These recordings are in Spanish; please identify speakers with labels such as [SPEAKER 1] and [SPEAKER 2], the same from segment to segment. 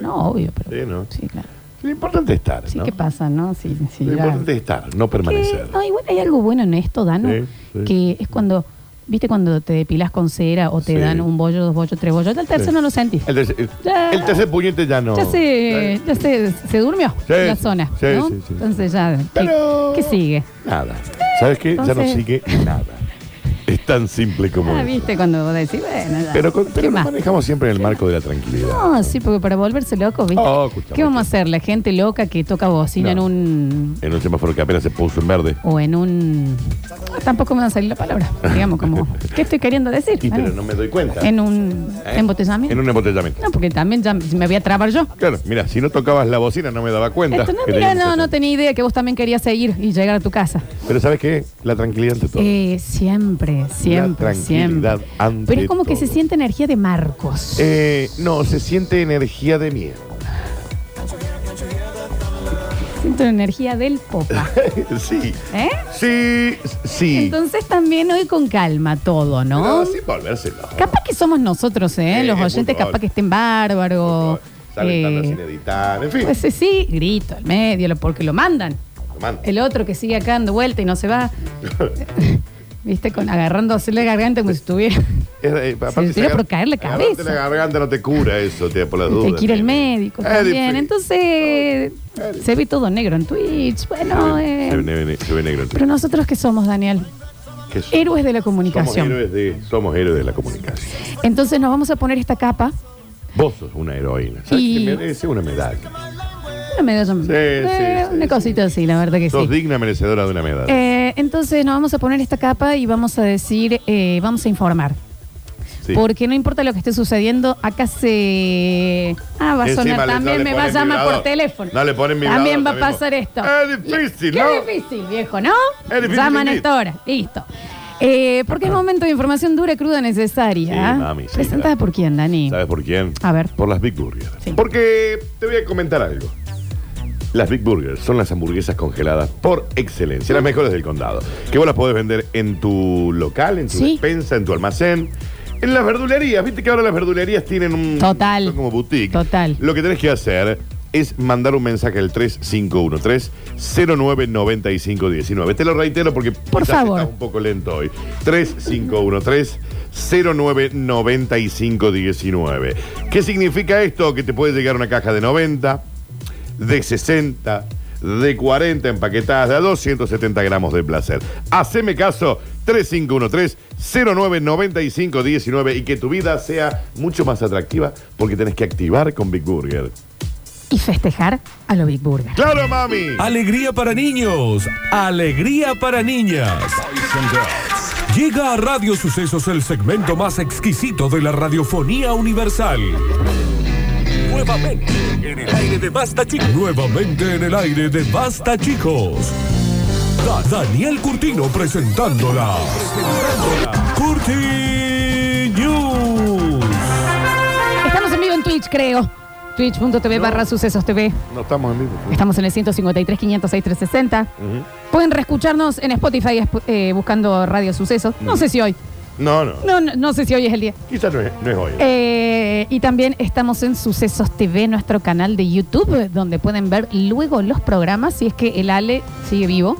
[SPEAKER 1] No, obvio, pero.
[SPEAKER 2] Sí, ¿no?
[SPEAKER 1] Sí, claro.
[SPEAKER 2] Lo importante es estar,
[SPEAKER 1] Sí,
[SPEAKER 2] ¿no?
[SPEAKER 1] ¿qué pasa, no? Sí, sí,
[SPEAKER 2] Lo
[SPEAKER 1] ya.
[SPEAKER 2] importante es estar, no permanecer.
[SPEAKER 1] Que- no, igual hay algo bueno en esto, Danu,
[SPEAKER 2] Sí, sí.
[SPEAKER 1] que es cuando, viste, cuando te depilas con cera o te
[SPEAKER 2] Sí.
[SPEAKER 1] dan un bollo, dos bollos, tres bollos, el tercero
[SPEAKER 2] Sí.
[SPEAKER 1] no lo sentís.
[SPEAKER 2] El, tercer- el-
[SPEAKER 1] Ya.
[SPEAKER 2] el tercer puñete ya no.
[SPEAKER 1] Ya se, ya se, se durmió
[SPEAKER 2] Sí,
[SPEAKER 1] en la
[SPEAKER 2] sí,
[SPEAKER 1] zona,
[SPEAKER 2] sí,
[SPEAKER 1] ¿no?
[SPEAKER 2] sí, sí.
[SPEAKER 1] Entonces ya, ¿qué,
[SPEAKER 2] Pero-
[SPEAKER 1] qué sigue?
[SPEAKER 2] Nada. ¿Sabes qué? Ya no
[SPEAKER 1] Entonces-
[SPEAKER 2] sigue nada. Es tan simple como
[SPEAKER 1] Ah,
[SPEAKER 2] eso.
[SPEAKER 1] viste, cuando vos decís, bueno, ya,
[SPEAKER 2] Pero, con-
[SPEAKER 1] ¿qué
[SPEAKER 2] pero lo
[SPEAKER 1] más?
[SPEAKER 2] manejamos siempre en el marco de la tranquilidad.
[SPEAKER 1] No, sí, porque para volverse loco, ¿viste?
[SPEAKER 2] Oh, escuchame,
[SPEAKER 1] ¿Qué vamos a hacer? La gente loca que toca bocina
[SPEAKER 2] No.
[SPEAKER 1] en un...
[SPEAKER 2] En un semáforo que apenas se puso en verde.
[SPEAKER 1] o en un... Tampoco me van a salir la palabra, digamos, como... ¿Qué estoy queriendo decir?
[SPEAKER 2] Y pero
[SPEAKER 1] Bueno.
[SPEAKER 2] no me doy cuenta.
[SPEAKER 1] En un
[SPEAKER 2] ¿Eh?
[SPEAKER 1] embotellamiento.
[SPEAKER 2] En un embotellamiento.
[SPEAKER 1] No, porque también ya me voy a trabar yo.
[SPEAKER 2] Claro, mira, si no tocabas la bocina no me daba cuenta.
[SPEAKER 1] Esto, no,
[SPEAKER 2] que
[SPEAKER 1] mira,
[SPEAKER 2] tenías
[SPEAKER 1] no,
[SPEAKER 2] un-
[SPEAKER 1] no tenía idea que vos también querías seguir y llegar a tu casa.
[SPEAKER 2] Pero ¿sabes qué? La tranquilidad ante todo.
[SPEAKER 1] Eh, siempre, siempre,
[SPEAKER 2] tranquilidad
[SPEAKER 1] siempre.
[SPEAKER 2] ante
[SPEAKER 1] Pero es como que
[SPEAKER 2] todo.
[SPEAKER 1] se siente energía de Marcos.
[SPEAKER 2] Eh, no, se siente energía de miedo.
[SPEAKER 1] Siento la energía del popa.
[SPEAKER 2] sí.
[SPEAKER 1] ¿Eh?
[SPEAKER 2] Sí, sí.
[SPEAKER 1] Entonces también hoy con calma todo, ¿no?
[SPEAKER 2] Pero sin volverse loco.
[SPEAKER 1] Capaz que somos nosotros, ¿eh?
[SPEAKER 2] Eh,
[SPEAKER 1] Los
[SPEAKER 2] es muy
[SPEAKER 1] oyentes capaz
[SPEAKER 2] probable.
[SPEAKER 1] que estén bárbaros.
[SPEAKER 2] Salen tandas
[SPEAKER 1] Eh,
[SPEAKER 2] sin editar, en fin.
[SPEAKER 1] pues eh, sí, grito al medio, lo- porque lo mandan.
[SPEAKER 2] Lo mando.
[SPEAKER 1] El otro que sigue acá dando vuelta y no se va. Viste, con agarrándose la garganta como si estuviera.
[SPEAKER 2] Es, eh, aparte,
[SPEAKER 1] tira
[SPEAKER 2] agar-
[SPEAKER 1] por caer la
[SPEAKER 2] agarrarte
[SPEAKER 1] cabeza.
[SPEAKER 2] la garganta no te cura eso, te por las dudas.
[SPEAKER 1] Hay que ir al médico
[SPEAKER 2] Es
[SPEAKER 1] también.
[SPEAKER 2] difícil.
[SPEAKER 1] Entonces, se ve todo negro en Twitch. Bueno, eh,
[SPEAKER 2] Se ve, se ve- se ve negro.
[SPEAKER 1] pero nosotros que somos, Daniel,
[SPEAKER 2] ¿Qué somos?
[SPEAKER 1] héroes de la
[SPEAKER 2] Somos
[SPEAKER 1] comunicación.
[SPEAKER 2] héroes, de, somos héroes de la comunicación.
[SPEAKER 1] Entonces nos vamos a poner esta capa.
[SPEAKER 2] Vos sos una heroína. ¿Sabes
[SPEAKER 1] Y-
[SPEAKER 2] que merece una medalla?
[SPEAKER 1] Una medalla. eh,
[SPEAKER 2] sí,
[SPEAKER 1] una
[SPEAKER 2] sí,
[SPEAKER 1] cosita así, la verdad que
[SPEAKER 2] Sos
[SPEAKER 1] sí.
[SPEAKER 2] digna merecedora de una medalla.
[SPEAKER 1] Eh, entonces nos vamos a poner esta capa y vamos a decir, eh, vamos a informar.
[SPEAKER 2] Sí.
[SPEAKER 1] Porque no importa lo que esté sucediendo, acá se. Ah, va a
[SPEAKER 2] Encima
[SPEAKER 1] sonar
[SPEAKER 2] le-
[SPEAKER 1] también,
[SPEAKER 2] no le
[SPEAKER 1] me va a
[SPEAKER 2] ponen
[SPEAKER 1] llamar
[SPEAKER 2] vibrador.
[SPEAKER 1] por teléfono.
[SPEAKER 2] No le ponen vibrador
[SPEAKER 1] También va a
[SPEAKER 2] también,
[SPEAKER 1] pasar
[SPEAKER 2] vos.
[SPEAKER 1] esto.
[SPEAKER 2] Es difícil,
[SPEAKER 1] Qué
[SPEAKER 2] ¿no?
[SPEAKER 1] difícil, viejo, ¿no?
[SPEAKER 2] Es difícil,
[SPEAKER 1] Llaman a
[SPEAKER 2] difícil.
[SPEAKER 1] esta hora, listo. Eh, porque es momento de información dura, cruda, necesaria.
[SPEAKER 2] Sí, mami, sí,
[SPEAKER 1] ¿Presentada
[SPEAKER 2] claro.
[SPEAKER 1] por quién, Dani?
[SPEAKER 2] ¿Sabes por quién?
[SPEAKER 1] A ver.
[SPEAKER 2] Por las Big Burgers.
[SPEAKER 1] Sí.
[SPEAKER 2] Porque te voy a comentar algo. Las Big Burgers son las hamburguesas congeladas por excelencia, las mejores del condado. Que vos las podés vender en tu local, en tu
[SPEAKER 1] Sí.
[SPEAKER 2] despensa, en tu almacén. En las verdulerías, viste que ahora las verdulerías tienen un.
[SPEAKER 1] Total.
[SPEAKER 2] son como boutique.
[SPEAKER 1] Total.
[SPEAKER 2] Lo que tenés que hacer es mandar un mensaje al 3513-099519. Te lo reitero porque
[SPEAKER 1] Por
[SPEAKER 2] quizás
[SPEAKER 1] favor.
[SPEAKER 2] estás un poco lento hoy. 3513-099519. ¿Qué significa esto? Que te puede llegar una caja de 90, de 60, de 40 empaquetadas de a 270 gramos de placer. Haceme caso, 3513-099519 y que tu vida sea mucho más atractiva porque tenés que activar con Big Burger.
[SPEAKER 1] Y festejar a lo Big Burger.
[SPEAKER 2] ¡Claro, mami!
[SPEAKER 3] Alegría para niños, alegría para niñas. Llega a Radio Sucesos el segmento más exquisito de la radiofonía universal. Nuevamente en el aire de Basta Chicos. Nuevamente en el aire de Basta Chicos. Da- Daniel Curtino presentándola. Curti News.
[SPEAKER 1] Estamos en vivo en Twitch, creo. Twitch.tv barra sucesos TV.
[SPEAKER 2] No estamos en vivo.
[SPEAKER 1] Estamos en el 153 506 360. Pueden reescucharnos en Spotify esp- eh, buscando Radio Sucesos. No sé si hoy.
[SPEAKER 2] No, no.
[SPEAKER 1] No, no, no sé si hoy es el día.
[SPEAKER 2] Quizás no es, no es hoy.
[SPEAKER 1] Eh, y también estamos en Sucesos TV, nuestro canal de YouTube, donde pueden ver luego los programas. Si es que el Ale sigue vivo,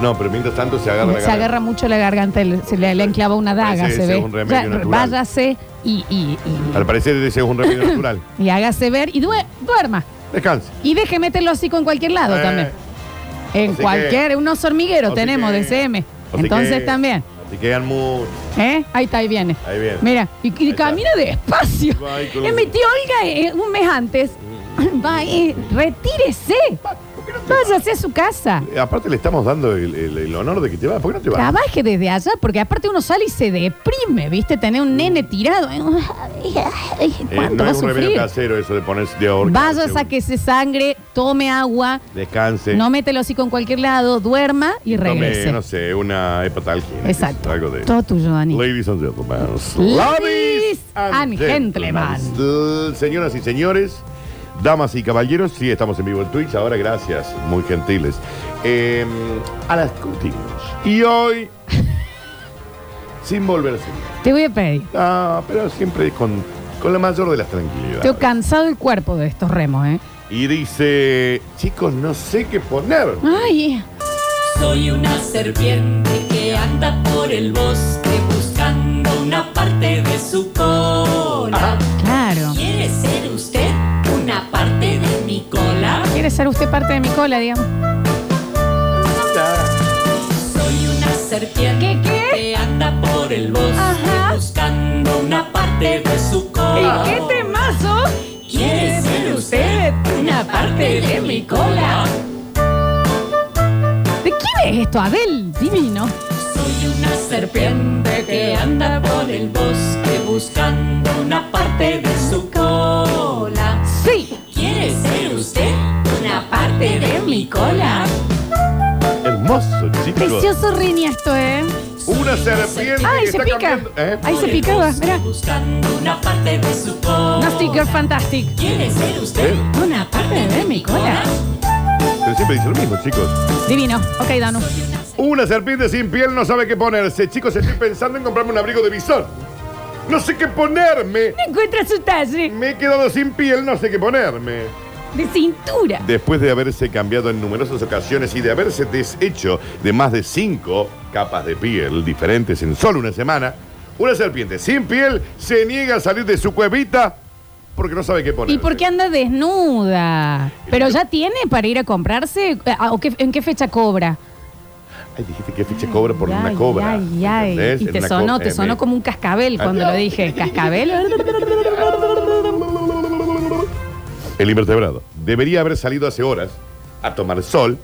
[SPEAKER 2] No, pero mientras tanto se agarra la
[SPEAKER 1] se agarra mucho la garganta, el- se le, le enclava una daga,
[SPEAKER 2] Parece que
[SPEAKER 1] se
[SPEAKER 2] ese
[SPEAKER 1] ve.
[SPEAKER 2] es un remedio natural.
[SPEAKER 1] váyase y, y,
[SPEAKER 2] Al parecer ese es un remedio natural.
[SPEAKER 1] y- y hágase ver y due- duerma.
[SPEAKER 2] Descansa.
[SPEAKER 1] Y deje meter el hocico en cualquier lado
[SPEAKER 2] Eh,
[SPEAKER 1] Ah, también. En
[SPEAKER 2] así
[SPEAKER 1] cualquier,
[SPEAKER 2] que-
[SPEAKER 1] unos hormigueros
[SPEAKER 2] así
[SPEAKER 1] tenemos
[SPEAKER 2] que-
[SPEAKER 1] de CM.
[SPEAKER 2] así
[SPEAKER 1] Entonces
[SPEAKER 2] que-
[SPEAKER 1] también.
[SPEAKER 2] Así que vean mucho.
[SPEAKER 1] ¿Eh? Ahí está, ahí viene.
[SPEAKER 2] Ahí viene.
[SPEAKER 1] Mira, y, y
[SPEAKER 2] Ahí está.
[SPEAKER 1] camina despacio.
[SPEAKER 2] Va ahí con
[SPEAKER 1] Eh,
[SPEAKER 2] un- Mm.
[SPEAKER 1] mi tía Olga eh, un mes antes. Va ahí, retírese. Váyase a su casa.
[SPEAKER 2] Eh, Aparte le estamos dando el, el- el honor de que te vas. ¿Por qué no te vas?
[SPEAKER 1] Trabaje desde allá, porque aparte uno sale y se deprime, ¿viste? Tener un nene tirado.
[SPEAKER 2] Eh,
[SPEAKER 1] ¿Cuánto
[SPEAKER 2] no
[SPEAKER 1] va a
[SPEAKER 2] es un remedio
[SPEAKER 1] sufrir?
[SPEAKER 2] casero eso de ponerse de ahorca.
[SPEAKER 1] Vaya, sáquese sangre, tome agua,
[SPEAKER 2] Descanse.
[SPEAKER 1] no mete el hocico en cualquier lado, duerma y
[SPEAKER 2] Tome,
[SPEAKER 1] regrese.
[SPEAKER 2] no sé, una hepatalgina.
[SPEAKER 1] Exacto.
[SPEAKER 2] Algo de...
[SPEAKER 1] Todo tuyo, Dani.
[SPEAKER 2] Ladies and gentlemen.
[SPEAKER 1] Ladies and gentlemen.
[SPEAKER 2] L- Señoras y señores, damas y caballeros, sí, estamos en vivo en Twitch ahora, gracias, muy gentiles. Eh, a las cortinas. Y hoy, sin volverse.
[SPEAKER 1] Te voy a pedir.
[SPEAKER 2] Ah, pero siempre con, Con la mayor de las tranquilidades.
[SPEAKER 1] Estoy cansado el cuerpo de estos remos, ¿eh?
[SPEAKER 2] Y dice, chicos, no sé qué poner.
[SPEAKER 1] Ay,
[SPEAKER 4] Soy una serpiente que anda por el bosque buscando una parte de su cola.
[SPEAKER 1] claro.
[SPEAKER 4] ¿Quiere ser usted una parte de mi cola?
[SPEAKER 1] Ah, ¿Quiere ser usted parte de mi cola, digamos?
[SPEAKER 4] Soy una serpiente
[SPEAKER 1] ¿Qué, qué?
[SPEAKER 4] que anda por el bosque
[SPEAKER 1] Ajá.
[SPEAKER 4] buscando una parte de su cola.
[SPEAKER 1] temazo?
[SPEAKER 4] Ah. ¿Quiere ser usted una parte de mi cola?
[SPEAKER 1] ¿De quién es esto, Abel? Divino.
[SPEAKER 4] Soy una serpiente que anda por el bosque buscando una parte de su cola.
[SPEAKER 1] Sí.
[SPEAKER 4] ¿Quiere ser usted una parte de mi cola?
[SPEAKER 2] Hermoso, chicos.
[SPEAKER 1] Precioso riña esto, ¿eh?
[SPEAKER 2] Una serpiente
[SPEAKER 1] Ay,
[SPEAKER 2] que
[SPEAKER 1] se
[SPEAKER 2] está
[SPEAKER 1] pica.
[SPEAKER 2] cambiando- ¿Eh?
[SPEAKER 1] Ay, se
[SPEAKER 4] Por el
[SPEAKER 1] picaba,
[SPEAKER 4] bosque
[SPEAKER 1] mirá.
[SPEAKER 4] Buscando una parte de su cola.
[SPEAKER 1] Nasty Girl Fantastic.
[SPEAKER 4] ¿Quiere ser usted
[SPEAKER 2] ¿Eh?
[SPEAKER 4] una parte de mi cola?
[SPEAKER 2] Pero siempre dice lo mismo, chicos.
[SPEAKER 1] Divino. Ok, Danu.
[SPEAKER 2] Una serpiente sin piel no sabe qué ponerse. Chicos, estoy pensando en comprarme un abrigo de bisón. No sé qué ponerme.
[SPEAKER 1] Encuentra su talle
[SPEAKER 2] Me he quedado sin piel, no sé qué ponerme.
[SPEAKER 1] de cintura.
[SPEAKER 2] Después de haberse cambiado en numerosas ocasiones y de haberse deshecho de más de cinco capas de piel diferentes en solo una semana, una serpiente sin piel se niega a salir de su cuevita porque no sabe qué poner.
[SPEAKER 1] ¿Y por qué anda desnuda? ¿Pero ya tiene para ir a comprarse? Eh, ah, ¿O qué- ¿En qué fecha cobra?
[SPEAKER 2] Ay, dijiste que fiche cobra por
[SPEAKER 1] Ay,
[SPEAKER 2] una cobra.
[SPEAKER 1] Ay, ay.
[SPEAKER 2] ¿entendés?
[SPEAKER 1] Y
[SPEAKER 2] En
[SPEAKER 1] te
[SPEAKER 2] una
[SPEAKER 1] sonó,
[SPEAKER 2] co-
[SPEAKER 1] te
[SPEAKER 2] eh,
[SPEAKER 1] sonó
[SPEAKER 2] me-
[SPEAKER 1] como un cascabel cuando lo dije. ¿Cascabel?
[SPEAKER 2] El invertebrado debería haber salido hace horas a tomar sol,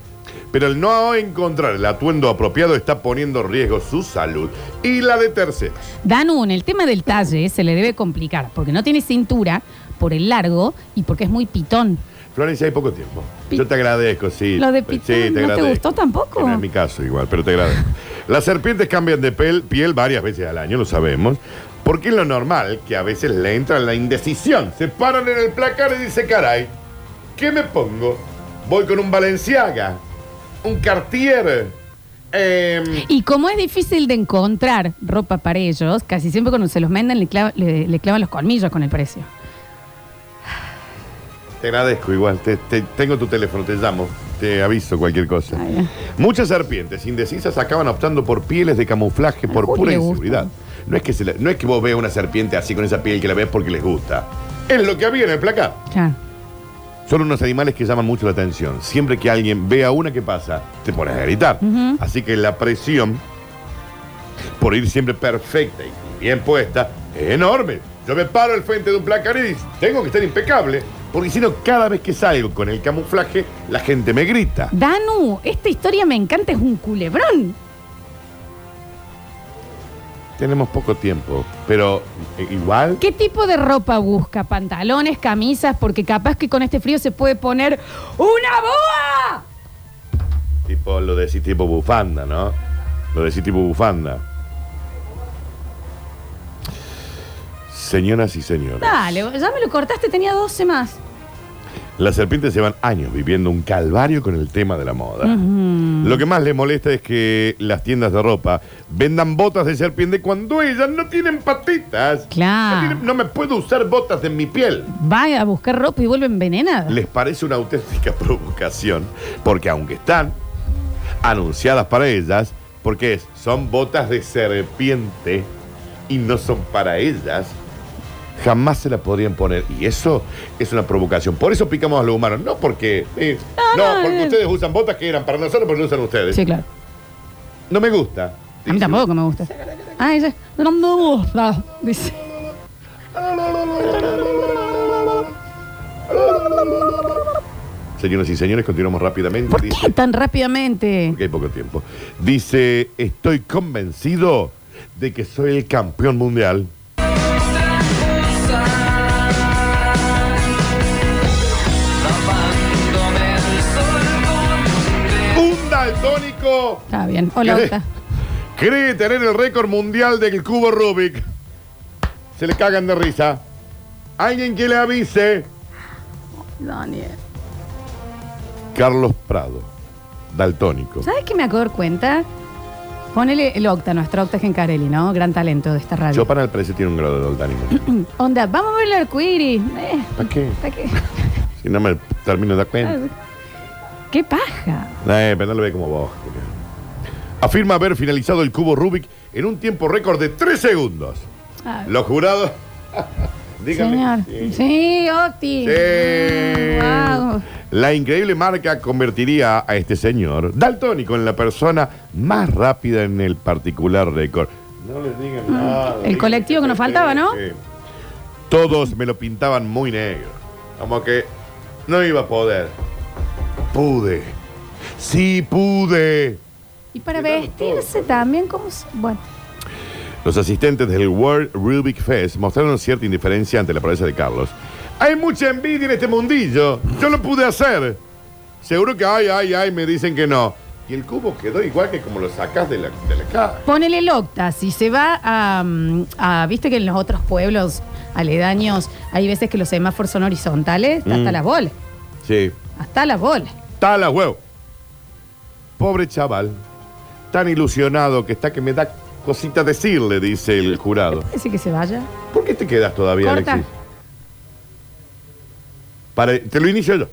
[SPEAKER 2] pero el no encontrar el atuendo apropiado está poniendo en riesgo su salud y la de terceros.
[SPEAKER 1] Danu, en el tema del talle se le debe complicar porque no tiene cintura por el largo y porque es muy pitón.
[SPEAKER 2] Florencia, hay poco tiempo. Yo te agradezco, sí.
[SPEAKER 1] Lo de
[SPEAKER 2] Sí,
[SPEAKER 1] pitón, ¿no te gustó tampoco?
[SPEAKER 2] No es mi caso igual, pero te agradezco. Las serpientes cambian de pel- piel varias veces al año, lo sabemos. Porque es lo normal que a veces le entra la indecisión. Se paran en el placar y dicen, caray, ¿qué me pongo? Voy con un Balenciaga, un Cartier, em,
[SPEAKER 1] Y como es difícil de encontrar ropa para ellos, casi siempre cuando se los mandan le, clava- le- le clavan los colmillos con el precio.
[SPEAKER 2] Te agradezco igual, te, te- tengo tu teléfono, te llamo, te aviso cualquier cosa.
[SPEAKER 1] Ay,
[SPEAKER 2] Muchas serpientes indecisas acaban optando por pieles de camuflaje por
[SPEAKER 1] Julio
[SPEAKER 2] pura
[SPEAKER 1] le gusta.
[SPEAKER 2] inseguridad. No es, que se la- no es que vos veas una serpiente así con esa piel que la ves porque les gusta. Es lo que había en el placar.
[SPEAKER 1] Claro.
[SPEAKER 2] Son unos animales que llaman mucho la atención. Siempre que alguien vea una que pasa, te pones a gritar.
[SPEAKER 1] Ujú.
[SPEAKER 2] Así que la presión por ir siempre perfecta y bien puesta es enorme. Yo me paro al frente de un placar y digo, tengo que estar impecable, porque si no, cada vez que salgo con el camuflaje, la gente me grita.
[SPEAKER 1] Danu, esta historia me encanta, es un culebrón.
[SPEAKER 2] Tenemos poco tiempo, pero eh, igual...
[SPEAKER 1] ¿Qué tipo de ropa busca? ¿Pantalones, camisas? Porque capaz que con este frío se puede poner una boa.
[SPEAKER 2] Tipo, lo decís tipo bufanda, ¿no? Lo decís tipo bufanda. Señoras y señores.
[SPEAKER 1] Dale, ya me lo cortaste, tenía 12 más.
[SPEAKER 2] Las serpientes llevan años viviendo un calvario con el tema de la moda. Lo que más les molesta es que las tiendas de ropa vendan botas de serpiente cuando ellas no tienen patitas.
[SPEAKER 1] Claro.
[SPEAKER 2] No, tienen- no me puedo usar botas de mi piel.
[SPEAKER 1] Va a buscar ropa y vuelve envenenada.
[SPEAKER 2] Les parece una auténtica provocación, porque aunque están anunciadas para ellas, porque es- son botas de serpiente y no son para ellas, jamás se la podrían poner. Y eso es una provocación. Por eso picamos a los humanos, no porque... eh, no,
[SPEAKER 1] No, no,
[SPEAKER 2] porque
[SPEAKER 1] eh.
[SPEAKER 2] ustedes usan botas que eran para nosotros, pero no usan ustedes.
[SPEAKER 1] Sí, claro.
[SPEAKER 2] No me gusta.
[SPEAKER 1] A mí
[SPEAKER 2] Dice.
[SPEAKER 1] tampoco me gusta. Ah, ella. No me gusta. Dice.
[SPEAKER 2] Señoras y señores, continuamos rápidamente.
[SPEAKER 1] ¿Por
[SPEAKER 2] Dice-
[SPEAKER 1] qué tan rápidamente?
[SPEAKER 2] Porque hay poco tiempo. Dice, estoy convencido de que soy el campeón mundial. Un daltónico
[SPEAKER 1] Está bien. Hola,
[SPEAKER 2] ¿Qué?
[SPEAKER 1] Octa.
[SPEAKER 2] cree tener el récord mundial del cubo Rubik. Se le cagan de risa. Alguien que le avise.
[SPEAKER 1] Daniel.
[SPEAKER 2] Carlos Prado, daltónico.
[SPEAKER 1] ¿Sabes qué me acabo de dar cuenta? Ponele el octa, nuestro octa Gencarelli, ¿no? Gran talento de esta radio. Mm,
[SPEAKER 2] Chopin al precio tiene un grado de oldánimo.
[SPEAKER 1] Onda, vamos a ver el arcoíris. Eh,
[SPEAKER 2] ¿Para qué?
[SPEAKER 1] ¿para qué?
[SPEAKER 2] Si no me termino de dar cuenta.
[SPEAKER 1] ¿Qué paja?
[SPEAKER 2] Eh, pero no lo ve como vos. Julián. Afirma haber finalizado el cubo Rubik en un tiempo récord de 3 segundos.
[SPEAKER 1] Ah,
[SPEAKER 2] Los jurados. Díganme.
[SPEAKER 1] señor.
[SPEAKER 2] Sí.
[SPEAKER 1] Sí, Octi. Mm,
[SPEAKER 2] Sí.
[SPEAKER 1] Wow.
[SPEAKER 2] La increíble marca convertiría a este señor daltónico en la persona más rápida en el particular récord. No les digan
[SPEAKER 1] Mm.
[SPEAKER 2] nada.
[SPEAKER 1] el
[SPEAKER 2] digan este
[SPEAKER 1] colectivo que nos faltaba, ¿no?
[SPEAKER 2] sí. Todos me lo pintaban muy negro. Como que no iba a poder. Pude. Sí pude.
[SPEAKER 1] Y para
[SPEAKER 2] Quedamos
[SPEAKER 1] vestirse
[SPEAKER 2] todos.
[SPEAKER 1] también, ¿cómo? se- Bueno,
[SPEAKER 2] Los asistentes del World Rubik Fest mostraron cierta indiferencia ante la proeza de Carlos. Hay mucha envidia en este mundillo. Yo lo pude hacer. Seguro que ay, ay, ay, me dicen que no. Y el cubo quedó igual que como lo sacás de la, de la caja.
[SPEAKER 1] ponele el octa. Si se va a, mm, a- Viste que en los otros pueblos aledaños hay veces que los semáforos son horizontales,
[SPEAKER 2] Mm.
[SPEAKER 1] hasta las bolas.
[SPEAKER 2] Sí.
[SPEAKER 1] Hasta las bolas.
[SPEAKER 2] Tala, huevo. Pobre chaval. Tan ilusionado que está que me da cosita decirle, dice el jurado.
[SPEAKER 1] Dice que se vaya.
[SPEAKER 2] ¿Por qué te quedas todavía,
[SPEAKER 1] Corta.
[SPEAKER 2] Alexis? Para- te lo inicio yo.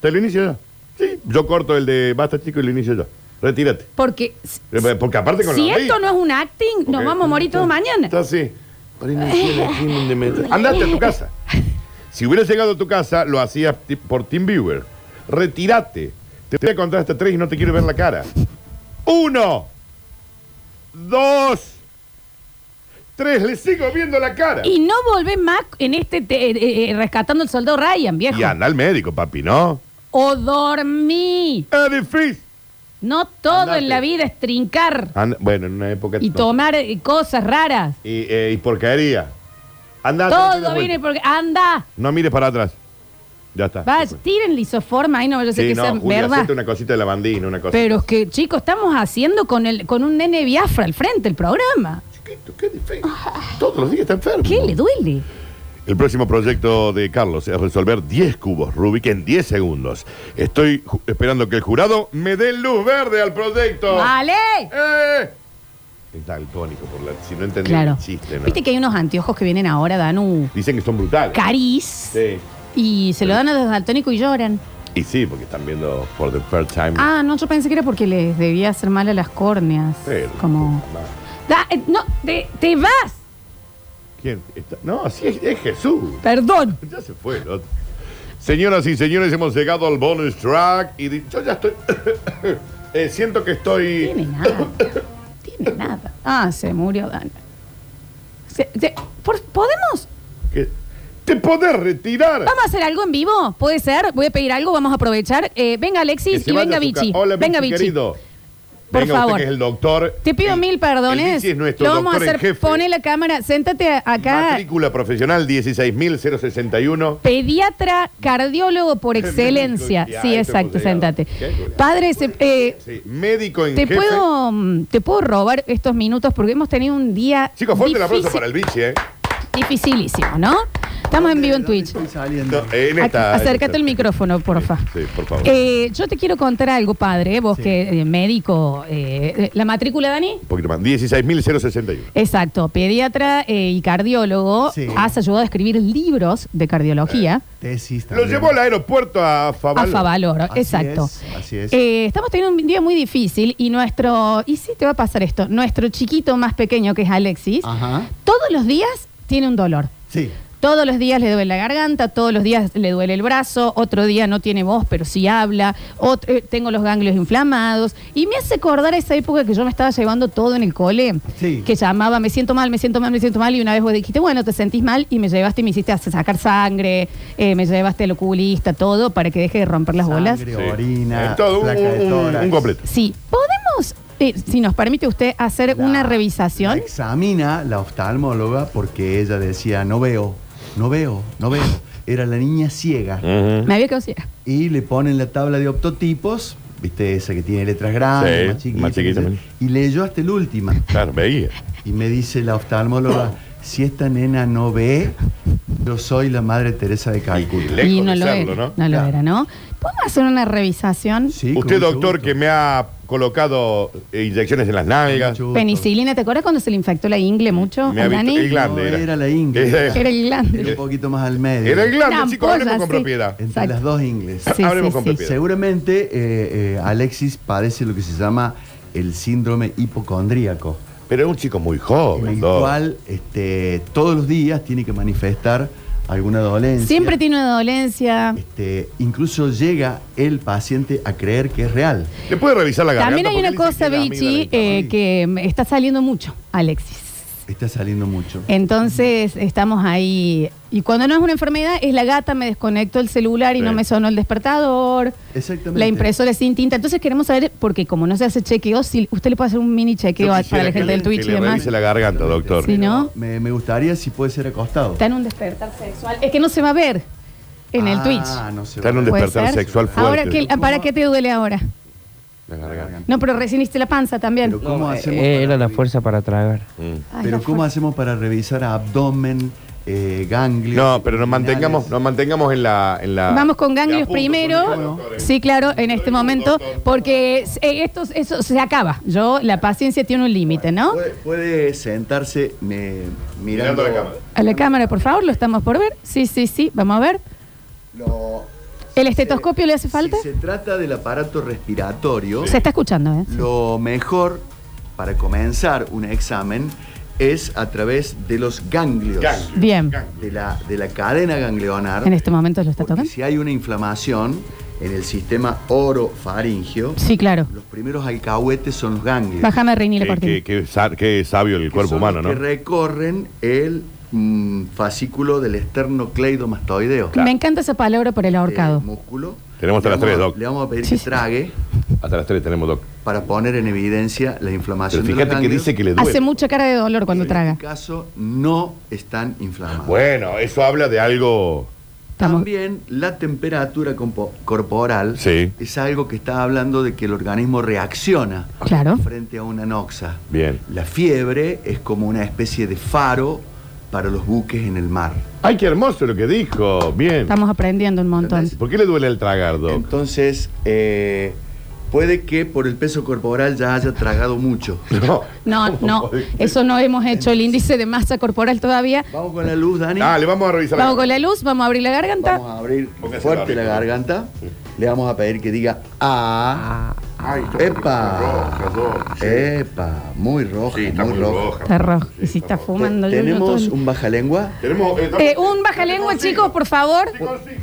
[SPEAKER 2] Te lo inicio yo. Sí, yo corto el de basta, chico, y lo inicio yo. Retírate.
[SPEAKER 1] Porque s-
[SPEAKER 2] Eh, Porque aparte con
[SPEAKER 1] si
[SPEAKER 2] la
[SPEAKER 1] esto no es un acting, nos vamos a morir todos mañana.
[SPEAKER 2] Está así. Para iniciar aquí en donde me- Andate a tu casa. Si hubieras llegado a tu casa, lo hacías ti- por TeamViewer. Retírate. Te voy a contar hasta tres y no te quiero ver la cara. Uno. Dos. Tres. Le sigo viendo la cara.
[SPEAKER 1] Y no volvés más en este te- eh, eh, rescatando el soldado Ryan, viejo.
[SPEAKER 2] Y anda al médico, papi, ¿no?
[SPEAKER 1] O dormí.
[SPEAKER 2] Es difícil.
[SPEAKER 1] No todo
[SPEAKER 2] Andate.
[SPEAKER 1] en la vida es trincar
[SPEAKER 2] Anda- bueno, en una época.
[SPEAKER 1] y
[SPEAKER 2] no.
[SPEAKER 1] tomar eh, cosas raras.
[SPEAKER 2] Y, eh, y porquería. Anda. date la
[SPEAKER 1] Todo
[SPEAKER 2] vuelta.
[SPEAKER 1] viene porque. Anda,
[SPEAKER 2] No mires para atrás. Ya está.
[SPEAKER 1] vaya, tiren lisoforma ahí, no vaya a ser
[SPEAKER 2] Sí,
[SPEAKER 1] que
[SPEAKER 2] no,
[SPEAKER 1] sea
[SPEAKER 2] Julia,
[SPEAKER 1] verdad.
[SPEAKER 2] hacete una cosita de lavandina, una cosa.
[SPEAKER 1] Pero es que, chicos, estamos haciendo con el con un nene Biafra al frente el programa.
[SPEAKER 2] Chiquito, qué difícil. Todos los días está enfermo.
[SPEAKER 1] ¿Qué le duele?
[SPEAKER 2] El próximo proyecto de Carlos es resolver 10 cubos Rubik en 10 segundos. Estoy ju- esperando que el jurado me dé luz verde al proyecto.
[SPEAKER 1] ¡Vale!
[SPEAKER 2] ¡Eh! Es daltónico, por la, si no entendí
[SPEAKER 1] Claro.
[SPEAKER 2] el chiste, ¿no?
[SPEAKER 1] Viste que hay unos anteojos que vienen ahora, Danu.
[SPEAKER 2] Dicen que son brutales.
[SPEAKER 1] Cariz.
[SPEAKER 2] Sí.
[SPEAKER 1] Y se lo dan a los daltónicos y lloran.
[SPEAKER 2] Y sí, porque están viendo por the first time.
[SPEAKER 1] Ah, no, yo pensé que era porque les debía hacer mal a las córneas.
[SPEAKER 2] Pero,
[SPEAKER 1] Como.
[SPEAKER 2] puta madre.
[SPEAKER 1] Da- eh, no, te, te vas.
[SPEAKER 2] ¿Quién? está? No, sí, es, es Jesús.
[SPEAKER 1] Perdón.
[SPEAKER 2] Ya se fue el otro. Señoras y señores, hemos llegado al bonus track y di- yo ya estoy... Eh, siento que
[SPEAKER 1] Tiene
[SPEAKER 2] estoy...
[SPEAKER 1] nada. Tiene nada. Ah, se murió Dan. Se- se- por- ¿Podemos?
[SPEAKER 2] que- ¿Te podés retirar?
[SPEAKER 1] ¿Vamos a hacer algo en vivo? ¿Puede ser? Voy a pedir algo, vamos a aprovechar. Eh, venga
[SPEAKER 2] Que
[SPEAKER 1] Alexis
[SPEAKER 2] se
[SPEAKER 1] y
[SPEAKER 2] vaya
[SPEAKER 1] venga
[SPEAKER 2] a su ca-
[SPEAKER 1] Vichy.
[SPEAKER 2] Hola,
[SPEAKER 1] venga
[SPEAKER 2] Vichy, querido.
[SPEAKER 1] Por
[SPEAKER 2] Venga
[SPEAKER 1] favor.
[SPEAKER 2] Usted, que es el doctor.
[SPEAKER 1] Te pido
[SPEAKER 2] El-
[SPEAKER 1] mil
[SPEAKER 2] el
[SPEAKER 1] perdones.
[SPEAKER 2] Vichy es nuestro
[SPEAKER 1] Lo vamos a
[SPEAKER 2] doctor en
[SPEAKER 1] hacer.
[SPEAKER 2] jefe.
[SPEAKER 1] Pone la cámara, séntate a- acá.
[SPEAKER 2] Matrícula profesional 16.061.
[SPEAKER 1] Pediatra, cardiólogo por excelencia.
[SPEAKER 2] Médico,
[SPEAKER 1] Sí,
[SPEAKER 2] ya,
[SPEAKER 1] exacto,
[SPEAKER 2] esto es obligado.
[SPEAKER 1] séntate.
[SPEAKER 2] Qué colgado.
[SPEAKER 1] Padre, se- eh,
[SPEAKER 2] Sí, médico en
[SPEAKER 1] ¿te,
[SPEAKER 2] jefe.
[SPEAKER 1] puedo, mm, ¿te puedo robar estos minutos? Porque hemos tenido un día
[SPEAKER 2] Chicos, fuerte el aplauso
[SPEAKER 1] difícil-
[SPEAKER 2] para el bichi, ¿eh?
[SPEAKER 1] dificilísimo, ¿no? Estamos en vivo en Twitch.
[SPEAKER 5] Estoy
[SPEAKER 2] No,
[SPEAKER 5] saliendo.
[SPEAKER 2] en
[SPEAKER 1] Ac-
[SPEAKER 2] esta-
[SPEAKER 1] Acércate al micrófono, porfa.
[SPEAKER 2] Sí, sí, por favor.
[SPEAKER 1] Eh, yo te quiero contar algo, padre, vos
[SPEAKER 5] Sí.
[SPEAKER 1] que eh, médico. eh, eh, ¿La matrícula, Dani?
[SPEAKER 2] Un poquito más. 16.061.
[SPEAKER 1] Exacto, pediatra eh, y cardiólogo.
[SPEAKER 5] Sí.
[SPEAKER 1] Has ayudado a escribir libros de cardiología.
[SPEAKER 5] Tesis
[SPEAKER 2] Lo
[SPEAKER 5] también.
[SPEAKER 2] llevó al aeropuerto a
[SPEAKER 1] A
[SPEAKER 2] Eh, Favaloro.
[SPEAKER 1] Favaloro,
[SPEAKER 5] Así
[SPEAKER 1] exacto.
[SPEAKER 5] es, así es.
[SPEAKER 1] Eh, estamos teniendo un día muy difícil y nuestro, y sí te va a pasar esto, nuestro chiquito más pequeño que es Alexis,
[SPEAKER 5] Ajá.
[SPEAKER 1] todos los días tiene un dolor.
[SPEAKER 5] Sí.
[SPEAKER 1] Todos los días le duele la garganta, todos los días le duele el brazo, otro día no tiene voz pero sí habla, ot- eh, tengo los ganglios inflamados y me hace acordar esa época que yo me estaba llevando todo en el cole,
[SPEAKER 5] Sí.
[SPEAKER 1] que llamaba me siento mal, me siento mal, me siento mal y una vez vos dijiste, bueno, te sentís mal y me llevaste y me hiciste hacer- sacar sangre, eh, me llevaste al oculista, todo para que deje de romper las bolas.
[SPEAKER 5] Sangre,
[SPEAKER 2] Sí.
[SPEAKER 5] orina,
[SPEAKER 2] Es todo un,
[SPEAKER 5] placa de
[SPEAKER 2] un-
[SPEAKER 5] tórax.
[SPEAKER 2] un completo.
[SPEAKER 1] Sí, podemos, eh, si nos permite usted, hacer
[SPEAKER 5] La-
[SPEAKER 1] una revisación.
[SPEAKER 5] la examina la oftalmóloga porque ella decía, no veo, no veo, no veo. Era la niña ciega.
[SPEAKER 2] Mm.
[SPEAKER 1] Me había quedado ciega.
[SPEAKER 5] Y le ponen la tabla de optotipos, viste, esa que tiene letras grandes,
[SPEAKER 2] Sí,
[SPEAKER 5] más chiquitas.
[SPEAKER 2] más chiquita.
[SPEAKER 5] y leyó hasta el última.
[SPEAKER 2] Claro, veía.
[SPEAKER 5] Y me dice la oftalmóloga, si esta nena no ve, yo soy la madre Teresa de
[SPEAKER 2] Y
[SPEAKER 5] Calcuta.
[SPEAKER 2] le- Lejos
[SPEAKER 1] y no
[SPEAKER 2] de
[SPEAKER 1] lo,
[SPEAKER 2] serlo,
[SPEAKER 1] era,
[SPEAKER 2] ¿no?
[SPEAKER 1] ¿no? lo
[SPEAKER 5] Claro.
[SPEAKER 1] era, ¿no? ¿Podemos hacer una revisación?
[SPEAKER 5] Sí, con
[SPEAKER 2] Usted,
[SPEAKER 5] mucho
[SPEAKER 2] doctor,
[SPEAKER 5] gusto.
[SPEAKER 2] que me ha colocado eh, inyecciones en las nalgas.
[SPEAKER 5] Mucho gusto.
[SPEAKER 1] Penicilina, ¿te acuerdas cuando se le infectó la ingle mucho?
[SPEAKER 2] Me
[SPEAKER 1] a
[SPEAKER 2] ha visto
[SPEAKER 1] Dani?
[SPEAKER 2] el glande.
[SPEAKER 5] No, era la ingle.
[SPEAKER 2] Era,
[SPEAKER 1] Era el glande.
[SPEAKER 5] Era un poquito más al medio.
[SPEAKER 2] Eh, era el glande,
[SPEAKER 1] Una
[SPEAKER 2] chicos,
[SPEAKER 1] ampolla,
[SPEAKER 2] hablemos con
[SPEAKER 1] sí.
[SPEAKER 2] propiedad.
[SPEAKER 5] Entre
[SPEAKER 1] Exacto.
[SPEAKER 5] las dos ingles.
[SPEAKER 1] Sí,
[SPEAKER 2] Hablemos
[SPEAKER 1] sí,
[SPEAKER 2] con
[SPEAKER 1] sí.
[SPEAKER 2] propiedad.
[SPEAKER 5] Seguramente eh, eh, Alexis padece lo que se llama el síndrome hipocondríaco,
[SPEAKER 2] Pero es un chico muy
[SPEAKER 5] en
[SPEAKER 2] joven,
[SPEAKER 5] el
[SPEAKER 2] doc.
[SPEAKER 5] cual este, todos los días tiene que manifestar alguna dolencia.
[SPEAKER 1] Siempre tiene una dolencia.
[SPEAKER 5] Este, incluso llega el paciente a creer que es real.
[SPEAKER 2] ¿Le puede revisar la garganta?
[SPEAKER 1] También hay una
[SPEAKER 2] Porque él
[SPEAKER 1] cosa,
[SPEAKER 2] dice que es amigo de la
[SPEAKER 1] Vichy,
[SPEAKER 2] ventana.
[SPEAKER 5] ventana.
[SPEAKER 1] eh, que me está saliendo mucho, Alexis.
[SPEAKER 5] Está saliendo mucho.
[SPEAKER 1] Eh, Entonces estamos ahí. Y cuando no es una enfermedad, es la gata, me desconectó el celular y
[SPEAKER 2] Sí.
[SPEAKER 1] no me sonó el despertador.
[SPEAKER 5] Exactamente.
[SPEAKER 1] La impresora sin tinta. Entonces queremos saber, porque como no se hace chequeo, si usted le puede hacer un mini
[SPEAKER 2] Yo
[SPEAKER 1] chequeo a-
[SPEAKER 2] quisiera
[SPEAKER 1] para la
[SPEAKER 2] que
[SPEAKER 1] gente
[SPEAKER 2] le-
[SPEAKER 1] del Twitch
[SPEAKER 2] que
[SPEAKER 1] y
[SPEAKER 2] le
[SPEAKER 1] demás.
[SPEAKER 2] revise la garganta, doctor.
[SPEAKER 1] Sí, ¿no?
[SPEAKER 5] Me, me gustaría si puede ser acostado.
[SPEAKER 1] Está en un despertar sexual. Es que no se va a ver en el
[SPEAKER 5] Ah,
[SPEAKER 1] Twitch.
[SPEAKER 5] no se
[SPEAKER 2] Está en un
[SPEAKER 5] ve.
[SPEAKER 1] ¿Puede
[SPEAKER 2] despertar
[SPEAKER 1] ser?
[SPEAKER 2] sexual fuerte.
[SPEAKER 1] Ahora que,
[SPEAKER 5] ¿Cómo?
[SPEAKER 1] ¿Para qué te duele ahora?
[SPEAKER 2] La garganta.
[SPEAKER 1] No, pero recién hiciste la panza también.
[SPEAKER 5] Pero ¿Cómo
[SPEAKER 6] No,
[SPEAKER 5] hacemos
[SPEAKER 6] eh,
[SPEAKER 5] para
[SPEAKER 6] era la
[SPEAKER 5] revi-
[SPEAKER 6] fuerza para tragar.
[SPEAKER 2] Mm.
[SPEAKER 1] Ay,
[SPEAKER 5] Pero
[SPEAKER 1] la
[SPEAKER 5] ¿cómo
[SPEAKER 1] fuerza.
[SPEAKER 5] hacemos para revisar abdomen, eh, ganglios?
[SPEAKER 2] No, pero nos mantengamos,
[SPEAKER 5] abdominales?
[SPEAKER 2] nos mantengamos en la, en la.
[SPEAKER 1] Vamos con ganglios
[SPEAKER 2] Ya, punto, punto,
[SPEAKER 1] primero.
[SPEAKER 2] punto, doctor, eh.
[SPEAKER 1] Sí, claro, en este momento, porque eh, esto eso se acaba. Yo, la paciencia tiene un límite, ¿no?
[SPEAKER 5] Puede, puede sentarse eh, mirando,
[SPEAKER 2] Mirando la cámara.
[SPEAKER 1] A la cámara, por favor, lo estamos por ver. Sí, sí, sí, vamos a ver.
[SPEAKER 5] Lo-
[SPEAKER 1] ¿El estetoscopio le hace falta?
[SPEAKER 5] Si se trata del aparato respiratorio,
[SPEAKER 1] Se está escuchando, ¿eh?
[SPEAKER 5] lo mejor para comenzar un examen es a través de los ganglios,
[SPEAKER 2] Ganglio,
[SPEAKER 1] Bien.
[SPEAKER 2] ganglio.
[SPEAKER 5] de la, de la cadena ganglionar.
[SPEAKER 1] En este momento lo está
[SPEAKER 5] porque
[SPEAKER 1] tocando.
[SPEAKER 5] si hay una inflamación en el sistema orofaringio,
[SPEAKER 1] Sí, claro.
[SPEAKER 5] los primeros alcahuetes son los ganglios.
[SPEAKER 1] Bájame, Reini, la
[SPEAKER 2] Qué,
[SPEAKER 1] cortina.
[SPEAKER 2] qué- qué sa- qué sabio el
[SPEAKER 5] que
[SPEAKER 2] cuerpo
[SPEAKER 5] son
[SPEAKER 2] humano,
[SPEAKER 5] los
[SPEAKER 2] ¿no?
[SPEAKER 5] Que recorren el mm, fascículo del esternocleidomastoideo.
[SPEAKER 1] Me encanta esa palabra por el
[SPEAKER 5] el
[SPEAKER 2] Eh,
[SPEAKER 1] ahorcado.
[SPEAKER 5] músculo.
[SPEAKER 2] Tenemos hasta
[SPEAKER 5] Le
[SPEAKER 2] las
[SPEAKER 5] vamos
[SPEAKER 2] tres,
[SPEAKER 5] a-
[SPEAKER 2] Doc.
[SPEAKER 5] Le vamos a pedir
[SPEAKER 1] Sí,
[SPEAKER 5] que
[SPEAKER 1] sí.
[SPEAKER 5] trague
[SPEAKER 2] Hasta las tres tenemos, doc.
[SPEAKER 5] para poner en evidencia la
[SPEAKER 2] Pero
[SPEAKER 5] inflamación de los
[SPEAKER 2] fíjate que
[SPEAKER 5] ganglios,
[SPEAKER 2] dice que le duele.
[SPEAKER 1] Hace mucha cara de dolor cuando
[SPEAKER 5] que En
[SPEAKER 1] traga.
[SPEAKER 5] este caso no están inflamados.
[SPEAKER 2] Bueno, eso habla de algo.
[SPEAKER 1] Estamos.
[SPEAKER 5] También la temperatura compo- corporal
[SPEAKER 2] Sí.
[SPEAKER 5] es algo que está hablando de que el organismo reacciona
[SPEAKER 1] Claro.
[SPEAKER 5] frente a una noxa.
[SPEAKER 2] Bien.
[SPEAKER 5] La fiebre es como una especie de faro para los buques en el mar.
[SPEAKER 2] Ay, qué hermoso lo que dijo. Bien.
[SPEAKER 1] Estamos aprendiendo un montón.
[SPEAKER 5] ¿Entendés?
[SPEAKER 2] ¿Por qué le duele el tragar, doc?
[SPEAKER 5] Entonces, eh, puede que por el peso corporal ya haya tragado mucho.
[SPEAKER 2] No.
[SPEAKER 1] No, no, eso no hemos hecho el índice de masa corporal todavía.
[SPEAKER 5] Vamos con la luz, Dani.
[SPEAKER 2] Ah, le vamos a revisar. la-
[SPEAKER 1] Vamos con la luz, vamos a abrir la
[SPEAKER 5] Vamos
[SPEAKER 1] garganta.
[SPEAKER 5] a abrir
[SPEAKER 2] Póngase
[SPEAKER 5] fuerte
[SPEAKER 2] la
[SPEAKER 5] la garganta. Le vamos a pedir que diga ah.
[SPEAKER 2] Ay, está
[SPEAKER 5] Epa.
[SPEAKER 2] roja, doc, sí.
[SPEAKER 5] Epa. Muy roja,
[SPEAKER 2] Sí, está
[SPEAKER 5] muy roja.
[SPEAKER 1] Está rojo. Y si está
[SPEAKER 2] está roja.
[SPEAKER 1] fumando, yo no
[SPEAKER 5] Tenemos
[SPEAKER 1] todo-
[SPEAKER 5] un bajalengua.
[SPEAKER 2] Tenemos. eh,
[SPEAKER 1] Eh,
[SPEAKER 2] estamos-
[SPEAKER 1] un bajalengua, chicos, por favor.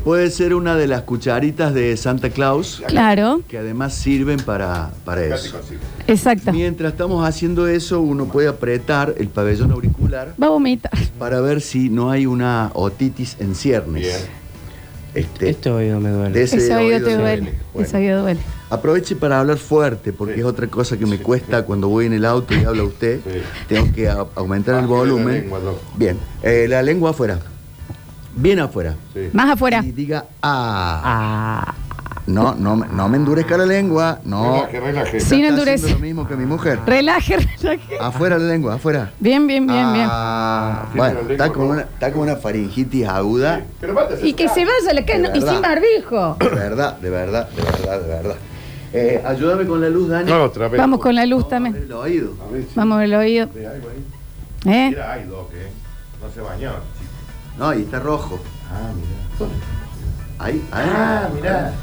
[SPEAKER 5] Puede ser una de las cucharitas de Santa Claus,
[SPEAKER 1] Claro,
[SPEAKER 5] que además sirven para, para
[SPEAKER 2] Casi
[SPEAKER 5] eso.
[SPEAKER 2] consigo.
[SPEAKER 1] exacto.
[SPEAKER 5] Mientras estamos haciendo eso, uno puede apretar el pabellón auricular
[SPEAKER 1] Va a vomitar.
[SPEAKER 5] para ver si no hay una otitis en ciernes.
[SPEAKER 2] Bien.
[SPEAKER 5] Este,
[SPEAKER 6] Este oído me duele.
[SPEAKER 5] de ese
[SPEAKER 1] Ese oído
[SPEAKER 5] oído
[SPEAKER 1] te
[SPEAKER 5] se
[SPEAKER 1] duele.
[SPEAKER 5] viene. Bueno.
[SPEAKER 1] Ese oído duele.
[SPEAKER 5] Aproveche para hablar fuerte, porque es otra cosa que me cuesta cuando voy en el auto y habla usted.
[SPEAKER 2] Sí.
[SPEAKER 5] Tengo que a- aumentar el
[SPEAKER 2] Bájale la
[SPEAKER 5] volumen.
[SPEAKER 2] lengua, loco.
[SPEAKER 5] Bien, eh, la lengua afuera. Bien afuera.
[SPEAKER 2] Sí.
[SPEAKER 1] Más afuera.
[SPEAKER 5] Y diga ah.
[SPEAKER 6] Ah,
[SPEAKER 5] No, no, me- no me endurezca la lengua. No.
[SPEAKER 2] Relaje, relaje.
[SPEAKER 1] Sí. Sin
[SPEAKER 5] Está
[SPEAKER 1] endurece.
[SPEAKER 5] haciendo lo mismo que mi mujer.
[SPEAKER 1] Relaje, relaje.
[SPEAKER 5] Afuera la lengua, afuera.
[SPEAKER 1] Bien, bien, bien, bien.
[SPEAKER 5] Ah.
[SPEAKER 2] Tiene la
[SPEAKER 5] Bueno,
[SPEAKER 2] lengua
[SPEAKER 5] está con,
[SPEAKER 2] como-
[SPEAKER 5] una, está con una faringitis aguda.
[SPEAKER 2] Pero mándese
[SPEAKER 1] Y que se vaya la cara. no, Y sin barbijo.
[SPEAKER 5] De verdad, de verdad, de verdad, de verdad. Eh, ayúdame con la luz, Dani.
[SPEAKER 2] No, otra vez.
[SPEAKER 1] Vamos con la luz
[SPEAKER 5] Vamos a ver
[SPEAKER 1] también.
[SPEAKER 5] el oído.
[SPEAKER 2] A ver si-
[SPEAKER 1] Vamos a ver el oído.
[SPEAKER 2] Ve algo ahí.
[SPEAKER 1] ¿Eh?
[SPEAKER 2] Mira, hay doc, eh. No se bañaron.
[SPEAKER 5] No, y está rojo.
[SPEAKER 2] Ah, mira.
[SPEAKER 5] Ahí, ahí.
[SPEAKER 2] mira.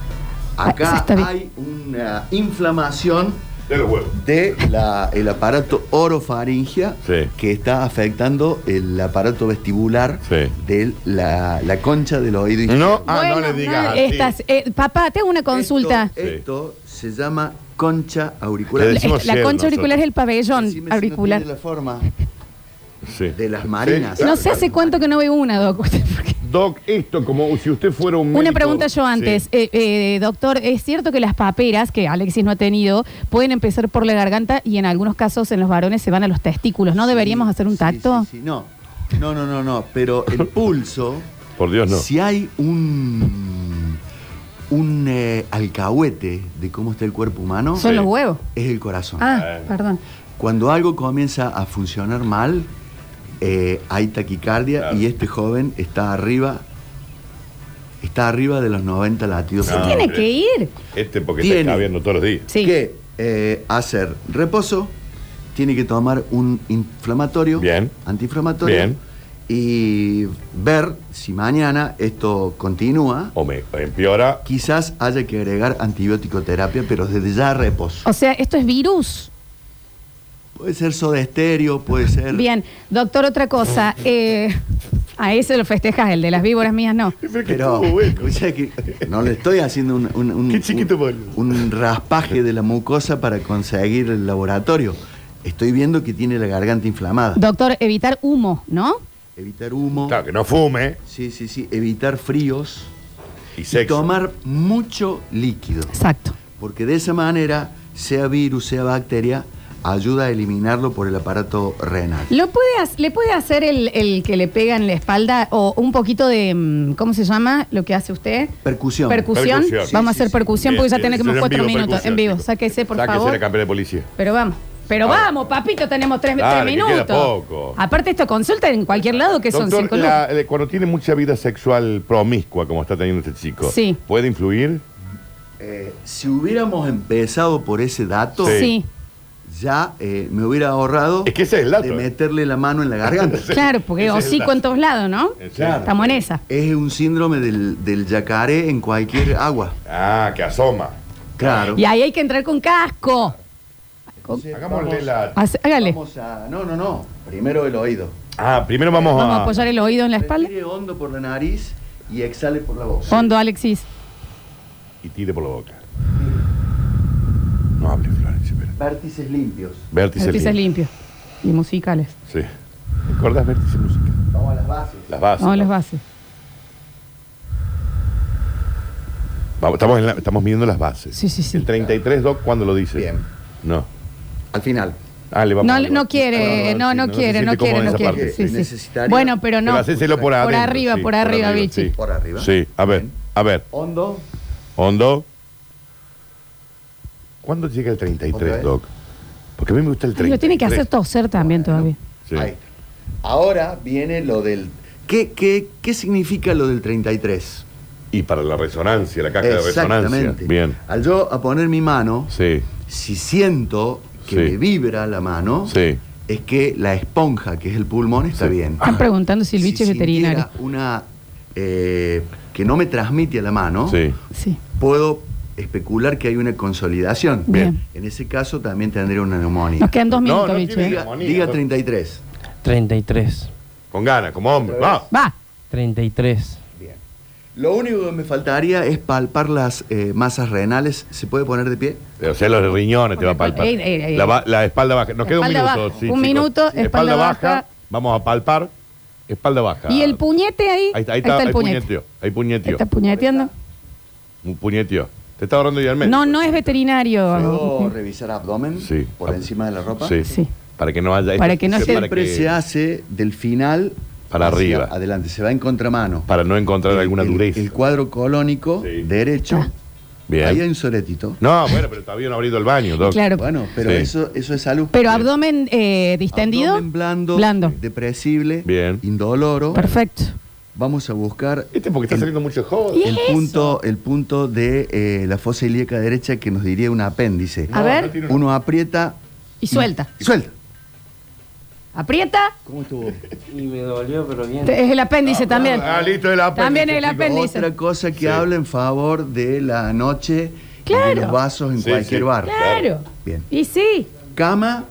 [SPEAKER 1] Ah, eso
[SPEAKER 5] Acá
[SPEAKER 1] está bien.
[SPEAKER 5] hay una inflamación
[SPEAKER 2] De los huevos.
[SPEAKER 5] del aparato orofaringia
[SPEAKER 2] Sí.
[SPEAKER 5] que está afectando el aparato vestibular
[SPEAKER 2] Sí.
[SPEAKER 5] de la, la concha del oído.
[SPEAKER 2] No, ah, no
[SPEAKER 1] Bueno,
[SPEAKER 2] le digas. así.
[SPEAKER 1] Estas, eh, papá, tengo una consulta.
[SPEAKER 5] Esto, esto se llama concha auricular.
[SPEAKER 2] Le
[SPEAKER 1] La,
[SPEAKER 2] decimos
[SPEAKER 1] la
[SPEAKER 2] cielo
[SPEAKER 1] concha auricular
[SPEAKER 2] nosotros.
[SPEAKER 1] es el pabellón
[SPEAKER 5] Decime si no
[SPEAKER 1] auricular.
[SPEAKER 5] tiene la forma
[SPEAKER 2] Sí.
[SPEAKER 5] de las marinas.
[SPEAKER 2] Sí,
[SPEAKER 1] No
[SPEAKER 2] claro.
[SPEAKER 1] sé hace cuánto que no veo una, Doc. Porque-
[SPEAKER 2] Doc, esto como si usted fuera un.
[SPEAKER 1] Una
[SPEAKER 2] médico-
[SPEAKER 1] pregunta yo antes.
[SPEAKER 2] Sí.
[SPEAKER 1] Eh, eh, doctor, ¿es cierto que las paperas, que Alexis no ha tenido, pueden empezar por la garganta y en algunos casos en los varones se van a los testículos? ¿No deberíamos
[SPEAKER 5] Sí,
[SPEAKER 1] hacer un
[SPEAKER 5] sí,
[SPEAKER 1] tacto?
[SPEAKER 5] sí, sí, No, no, no, no, no. Pero el pulso,
[SPEAKER 2] Por Dios, Ah, no.
[SPEAKER 5] si hay un un eh, alcahuete de cómo está el cuerpo humano,
[SPEAKER 1] Son
[SPEAKER 2] Sí.
[SPEAKER 1] los huevos.
[SPEAKER 5] es el corazón.
[SPEAKER 1] Ah, perdón.
[SPEAKER 5] Cuando algo comienza a funcionar mal, eh, hay taquicardia
[SPEAKER 2] Claro.
[SPEAKER 5] y este joven está arriba, está arriba de los 90 latidos.
[SPEAKER 1] Se
[SPEAKER 5] por
[SPEAKER 2] No,
[SPEAKER 1] tiene
[SPEAKER 5] minuto.
[SPEAKER 2] hombre.
[SPEAKER 1] que ir.
[SPEAKER 2] Este porque
[SPEAKER 5] Tiene.
[SPEAKER 2] está cabiendo todos los días.
[SPEAKER 1] Sí.
[SPEAKER 5] Que eh, hacer reposo, tiene que tomar un inflamatorio,
[SPEAKER 2] Bien.
[SPEAKER 5] antiinflamatorio,
[SPEAKER 2] Bien.
[SPEAKER 5] y ver si mañana esto continúa.
[SPEAKER 2] O me o empeora.
[SPEAKER 5] Quizás haya que agregar antibiótico terapia, pero desde ya reposo.
[SPEAKER 1] O sea, esto es virus.
[SPEAKER 5] Puede ser soda estéreo, puede ser.
[SPEAKER 1] Bien, doctor, otra cosa. Eh, a ese lo festejas, el de las víboras mías no.
[SPEAKER 5] Pero o sea que no le estoy haciendo un, un- un-
[SPEAKER 2] Qué chiquito,
[SPEAKER 5] un-
[SPEAKER 2] boludo.
[SPEAKER 5] un raspaje de la mucosa para conseguir el laboratorio. Estoy viendo que tiene la garganta inflamada.
[SPEAKER 1] Doctor, evitar humo, ¿no?
[SPEAKER 5] Evitar humo.
[SPEAKER 2] Claro, que no fume
[SPEAKER 5] Sí, sí, sí. Evitar fríos.
[SPEAKER 2] y
[SPEAKER 5] Y
[SPEAKER 2] sexo.
[SPEAKER 5] tomar mucho líquido.
[SPEAKER 1] Exacto.
[SPEAKER 5] Porque de esa manera, sea virus, sea bacteria, ayuda a eliminarlo por el aparato renal.
[SPEAKER 1] ¿Lo puede, ha- ¿Le puede hacer el, el que le pega en la espalda o un poquito de, mm, ¿cómo se llama lo que hace usted?
[SPEAKER 5] Percusión.
[SPEAKER 1] Percusión.
[SPEAKER 2] Percusión.
[SPEAKER 1] Vamos a
[SPEAKER 5] Sí, sí,
[SPEAKER 1] hacer
[SPEAKER 5] sí.
[SPEAKER 1] percusión
[SPEAKER 2] Bien,
[SPEAKER 1] porque ya
[SPEAKER 2] bien,
[SPEAKER 1] tenemos
[SPEAKER 2] eso es en
[SPEAKER 1] cuatro
[SPEAKER 2] vivo,
[SPEAKER 1] minutos.
[SPEAKER 2] percusión,
[SPEAKER 1] En vivo,
[SPEAKER 2] chicos.
[SPEAKER 1] sáquese, por
[SPEAKER 2] Sáquese
[SPEAKER 1] favor.
[SPEAKER 2] la campera de policía.
[SPEAKER 1] Pero vamos. Pero
[SPEAKER 2] Dale.
[SPEAKER 1] vamos, papito, tenemos tres,
[SPEAKER 2] Dale,
[SPEAKER 1] tres
[SPEAKER 2] que
[SPEAKER 1] minutos.
[SPEAKER 2] queda poco.
[SPEAKER 1] Aparte, esto consulta en cualquier lado que son
[SPEAKER 2] Doctor,
[SPEAKER 1] cinco
[SPEAKER 2] la-
[SPEAKER 1] lucas.
[SPEAKER 2] eh, cuando tiene mucha vida sexual promiscua, como está teniendo este chico,
[SPEAKER 1] Sí.
[SPEAKER 2] ¿puede influir?
[SPEAKER 5] Eh, si hubiéramos empezado por ese dato,
[SPEAKER 2] Sí.
[SPEAKER 1] Sí.
[SPEAKER 5] ya eh, me hubiera ahorrado
[SPEAKER 2] Es que ese es el
[SPEAKER 5] de
[SPEAKER 2] dato.
[SPEAKER 5] meterle la mano en la garganta.
[SPEAKER 1] claro, porque
[SPEAKER 2] Ese es el
[SPEAKER 1] hocico en
[SPEAKER 2] dato.
[SPEAKER 1] todos lados, ¿no?
[SPEAKER 5] Claro.
[SPEAKER 1] Estamos en esa.
[SPEAKER 5] Es un síndrome del, del yacaré en cualquier agua.
[SPEAKER 2] Ah, que asoma.
[SPEAKER 5] Claro.
[SPEAKER 1] Y ahí hay que entrar con casco. Con-
[SPEAKER 5] Sí,
[SPEAKER 2] Hagámosle
[SPEAKER 5] vamos-
[SPEAKER 2] la.
[SPEAKER 1] Hace- hágale. Vamos,
[SPEAKER 5] Vamos a. No, no, no. Primero el oído.
[SPEAKER 2] Ah, primero vamos,
[SPEAKER 1] a apoyar el oído en la espalda.
[SPEAKER 5] Respire hondo por la nariz y exhale por la boca.
[SPEAKER 1] Hondo, Alexis.
[SPEAKER 2] Y tire por la boca. No hable, Florencia, espera.
[SPEAKER 5] Vértices limpios.
[SPEAKER 2] Vértice,
[SPEAKER 1] Pisos
[SPEAKER 2] limpio.
[SPEAKER 1] limpios. Y musicales.
[SPEAKER 2] Sí. ¿Recordás vértice música?
[SPEAKER 5] Vamos a las bases.
[SPEAKER 2] Las bases.
[SPEAKER 1] Vamos a las
[SPEAKER 2] ¿no?
[SPEAKER 1] bases.
[SPEAKER 2] Vamos, estamos, en la- estamos midiendo las bases.
[SPEAKER 1] Sí, sí, sí.
[SPEAKER 2] El 33, Doc, ¿cuándo lo dice?
[SPEAKER 5] Bien.
[SPEAKER 2] No.
[SPEAKER 5] Al final.
[SPEAKER 2] Ah, le vamos
[SPEAKER 1] No,
[SPEAKER 2] a-
[SPEAKER 1] no quiere,
[SPEAKER 2] Ah,
[SPEAKER 1] no,
[SPEAKER 2] sí,
[SPEAKER 1] no quiere,
[SPEAKER 2] se
[SPEAKER 1] no
[SPEAKER 2] siente cómodo
[SPEAKER 1] quiere,
[SPEAKER 2] en
[SPEAKER 1] no
[SPEAKER 2] esa
[SPEAKER 1] quiere.
[SPEAKER 2] parte,
[SPEAKER 1] Sí,
[SPEAKER 2] sí.
[SPEAKER 1] sí.
[SPEAKER 5] Necesitaría-
[SPEAKER 1] Bueno, pero no.
[SPEAKER 2] Pero hacéselo por,
[SPEAKER 1] Por
[SPEAKER 2] adentro,
[SPEAKER 1] arriba,
[SPEAKER 2] sí,
[SPEAKER 1] por arriba, Vichy.
[SPEAKER 2] sí.
[SPEAKER 5] Por arriba.
[SPEAKER 2] Sí, a ver, a ver.
[SPEAKER 5] Hondo.
[SPEAKER 2] Hondo. ¿Cuándo llega el 33,
[SPEAKER 5] vez?
[SPEAKER 2] Doc? Porque a mí me gusta el
[SPEAKER 1] Ay,
[SPEAKER 2] 33.
[SPEAKER 1] Lo tiene que hacer toser también todavía.
[SPEAKER 2] Sí.
[SPEAKER 5] Ahí. Ahora viene lo del. ¿Qué, qué, qué significa lo del 33?
[SPEAKER 2] Y para la resonancia, la caja de resonancia. Bien.
[SPEAKER 5] Al yo a poner mi mano,
[SPEAKER 2] Sí,
[SPEAKER 5] si siento que
[SPEAKER 2] Sí.
[SPEAKER 5] me vibra la mano,
[SPEAKER 2] sí.
[SPEAKER 5] es que la esponja, que es el pulmón, está
[SPEAKER 2] Sí.
[SPEAKER 5] bien.
[SPEAKER 1] Están preguntando si Ah, el bicho es
[SPEAKER 5] Si
[SPEAKER 1] veterinario.
[SPEAKER 5] sintiera una eh, que no me transmite a la mano,
[SPEAKER 2] Sí.
[SPEAKER 1] Sí.
[SPEAKER 5] puedo especular que hay una consolidación.
[SPEAKER 1] Bien.
[SPEAKER 5] En ese caso también tendría una neumonía.
[SPEAKER 1] Nos quedan dos
[SPEAKER 2] No,
[SPEAKER 1] minutos,
[SPEAKER 2] no
[SPEAKER 1] bicho.
[SPEAKER 2] tiene-
[SPEAKER 1] ¿eh?
[SPEAKER 5] Diga, diga 33.
[SPEAKER 6] 33.
[SPEAKER 2] Con ganas, como hombre. Va.
[SPEAKER 1] Va.
[SPEAKER 6] 33.
[SPEAKER 5] Lo único que me faltaría es palpar las eh, masas renales. ¿Se puede poner de pie?
[SPEAKER 2] O sea, los riñones te va a palpar.
[SPEAKER 1] Ey, ey, ey.
[SPEAKER 2] La, ba- la espalda baja. Nos queda un
[SPEAKER 1] Espalda
[SPEAKER 2] minuto.
[SPEAKER 1] baja.
[SPEAKER 2] sí,
[SPEAKER 1] Un
[SPEAKER 2] chicos.
[SPEAKER 1] minuto,
[SPEAKER 2] Sí.
[SPEAKER 1] espalda baja.
[SPEAKER 2] Vamos a palpar. Espalda baja.
[SPEAKER 1] ¿Y el puñete ahí?
[SPEAKER 2] Ahí, está- ahí está,
[SPEAKER 1] el
[SPEAKER 2] ahí
[SPEAKER 1] puñete.
[SPEAKER 2] puñeteo. Ahí puñeteo.
[SPEAKER 1] ¿Está puñeteando?
[SPEAKER 2] Un puñeteo. ¿Te está ahorrando ya el médico?
[SPEAKER 1] No, no es veterinario.
[SPEAKER 5] ¿Puedo revisar abdomen
[SPEAKER 2] Sí. Ah.
[SPEAKER 5] por encima de la ropa?
[SPEAKER 2] Sí.
[SPEAKER 1] Sí.
[SPEAKER 2] Para que no haya.
[SPEAKER 1] Para que no sea-
[SPEAKER 5] Siempre se hace del final
[SPEAKER 2] Para
[SPEAKER 5] hacia
[SPEAKER 2] arriba.
[SPEAKER 5] Adelante, se va en contramano.
[SPEAKER 2] Para no encontrar alguna
[SPEAKER 5] el,
[SPEAKER 2] dureza.
[SPEAKER 5] El cuadro colónico
[SPEAKER 2] Sí.
[SPEAKER 5] derecho.
[SPEAKER 1] Ah.
[SPEAKER 2] Bien.
[SPEAKER 5] Ahí hay un soretito.
[SPEAKER 2] No, bueno, pero todavía no ha abrido el baño, Doc.
[SPEAKER 1] Claro.
[SPEAKER 5] Bueno, pero
[SPEAKER 2] Sí.
[SPEAKER 5] eso, eso es salud.
[SPEAKER 1] Pero abdomen eh, distendido.
[SPEAKER 5] Abdomen blando,
[SPEAKER 1] Blando.
[SPEAKER 5] depresible,
[SPEAKER 2] Bien.
[SPEAKER 5] indoloro.
[SPEAKER 1] Perfecto.
[SPEAKER 5] Vamos a buscar
[SPEAKER 2] Este porque está
[SPEAKER 5] el,
[SPEAKER 2] saliendo mucho joven.
[SPEAKER 1] ¿Y
[SPEAKER 5] el
[SPEAKER 1] es eso?
[SPEAKER 5] punto, el punto de eh, la fosa ilíaca derecha que nos diría un apéndice.
[SPEAKER 1] A ver.
[SPEAKER 2] tiene una-
[SPEAKER 5] Uno aprieta.
[SPEAKER 1] Y suelta.
[SPEAKER 5] y Suelta. Mm.
[SPEAKER 1] Aprieta.
[SPEAKER 5] ¿Cómo estuvo?
[SPEAKER 6] Y me dolió, pero bien.
[SPEAKER 1] Te- Es el apéndice también.
[SPEAKER 2] Ah, listo, el apéndice,
[SPEAKER 1] También el
[SPEAKER 2] chicos.
[SPEAKER 1] apéndice.
[SPEAKER 5] Otra cosa que
[SPEAKER 2] Sí.
[SPEAKER 5] habla en favor de la noche y
[SPEAKER 1] Claro.
[SPEAKER 5] de los vasos en
[SPEAKER 2] Sí,
[SPEAKER 5] cualquier
[SPEAKER 2] sí.
[SPEAKER 5] bar.
[SPEAKER 1] Claro.
[SPEAKER 5] Bien.
[SPEAKER 1] Y sí.
[SPEAKER 5] Cama,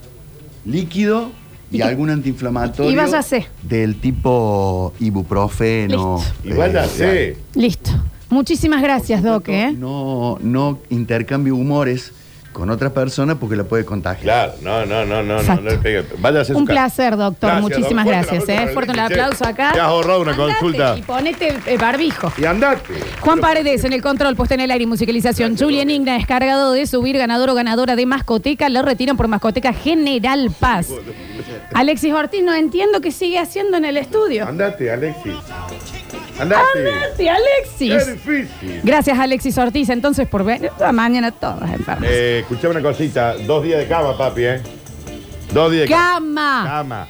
[SPEAKER 5] líquido y,
[SPEAKER 1] Y-
[SPEAKER 5] algún antiinflamatorio.
[SPEAKER 1] y váyase.
[SPEAKER 5] Del tipo ibuprofeno. eh,
[SPEAKER 1] Listo.
[SPEAKER 2] Y váyase.
[SPEAKER 1] Listo. Muchísimas gracias, Doc. ¿eh?
[SPEAKER 5] No, no intercambie humores con otra persona porque la puede contagiar.
[SPEAKER 2] Claro, no, no, no, no, no,
[SPEAKER 1] Exacto.
[SPEAKER 2] no le pegue. Váyase a su
[SPEAKER 1] Un
[SPEAKER 2] casa.
[SPEAKER 1] placer, doctor.
[SPEAKER 2] Gracias,
[SPEAKER 1] Muchísimas
[SPEAKER 2] doctor.
[SPEAKER 1] gracias.
[SPEAKER 2] Fuerte el
[SPEAKER 1] ¿eh? Fuerte el
[SPEAKER 2] aplauso para el
[SPEAKER 1] aplauso
[SPEAKER 2] Vicente.
[SPEAKER 1] acá.
[SPEAKER 2] Te has ahorrado una
[SPEAKER 1] Andate
[SPEAKER 2] consulta.
[SPEAKER 1] Y ponete eh, barbijo.
[SPEAKER 2] Y andate.
[SPEAKER 1] Juan Paredes en el control, puesta en el aire y musicalización. Julián Igna es cargado de subir ganador o ganadora de mascoteca. Lo retiran por mascoteca General Paz. Alexis Ortiz, no entiendo qué sigue haciendo en el estudio.
[SPEAKER 2] Andate, Alexis. Andate.
[SPEAKER 1] ¡Andate,
[SPEAKER 2] Es
[SPEAKER 1] Alexis!
[SPEAKER 2] difícil.
[SPEAKER 1] Gracias, Alexis Ortiz, entonces, por ver. Mañana todos enfermos.
[SPEAKER 2] Eh, escuchame una cosita. Dos días de cama, papi, ¿eh? Dos días de
[SPEAKER 1] Cama.
[SPEAKER 2] cama.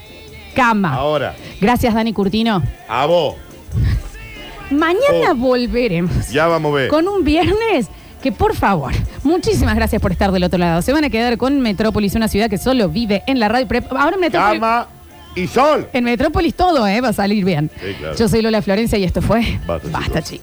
[SPEAKER 1] cama.
[SPEAKER 2] Ahora,
[SPEAKER 1] Gracias, Dani Curtino.
[SPEAKER 2] a vos.
[SPEAKER 1] Mañana
[SPEAKER 2] Oh.
[SPEAKER 1] volveremos
[SPEAKER 2] Ya vamos a ver.
[SPEAKER 1] con un viernes que, por favor, muchísimas gracias por estar del otro lado. Se van a quedar con Metrópolis, una ciudad que solo vive en la radio. Pre- Ahora Metrópolis.
[SPEAKER 2] Cama y sol.
[SPEAKER 1] En Metrópolis todo, ¿eh? Va a salir bien.
[SPEAKER 2] Sí, claro.
[SPEAKER 1] Yo soy Lola Florencia y esto fue
[SPEAKER 2] Basta,
[SPEAKER 1] Basta
[SPEAKER 2] chicos.
[SPEAKER 1] chicos.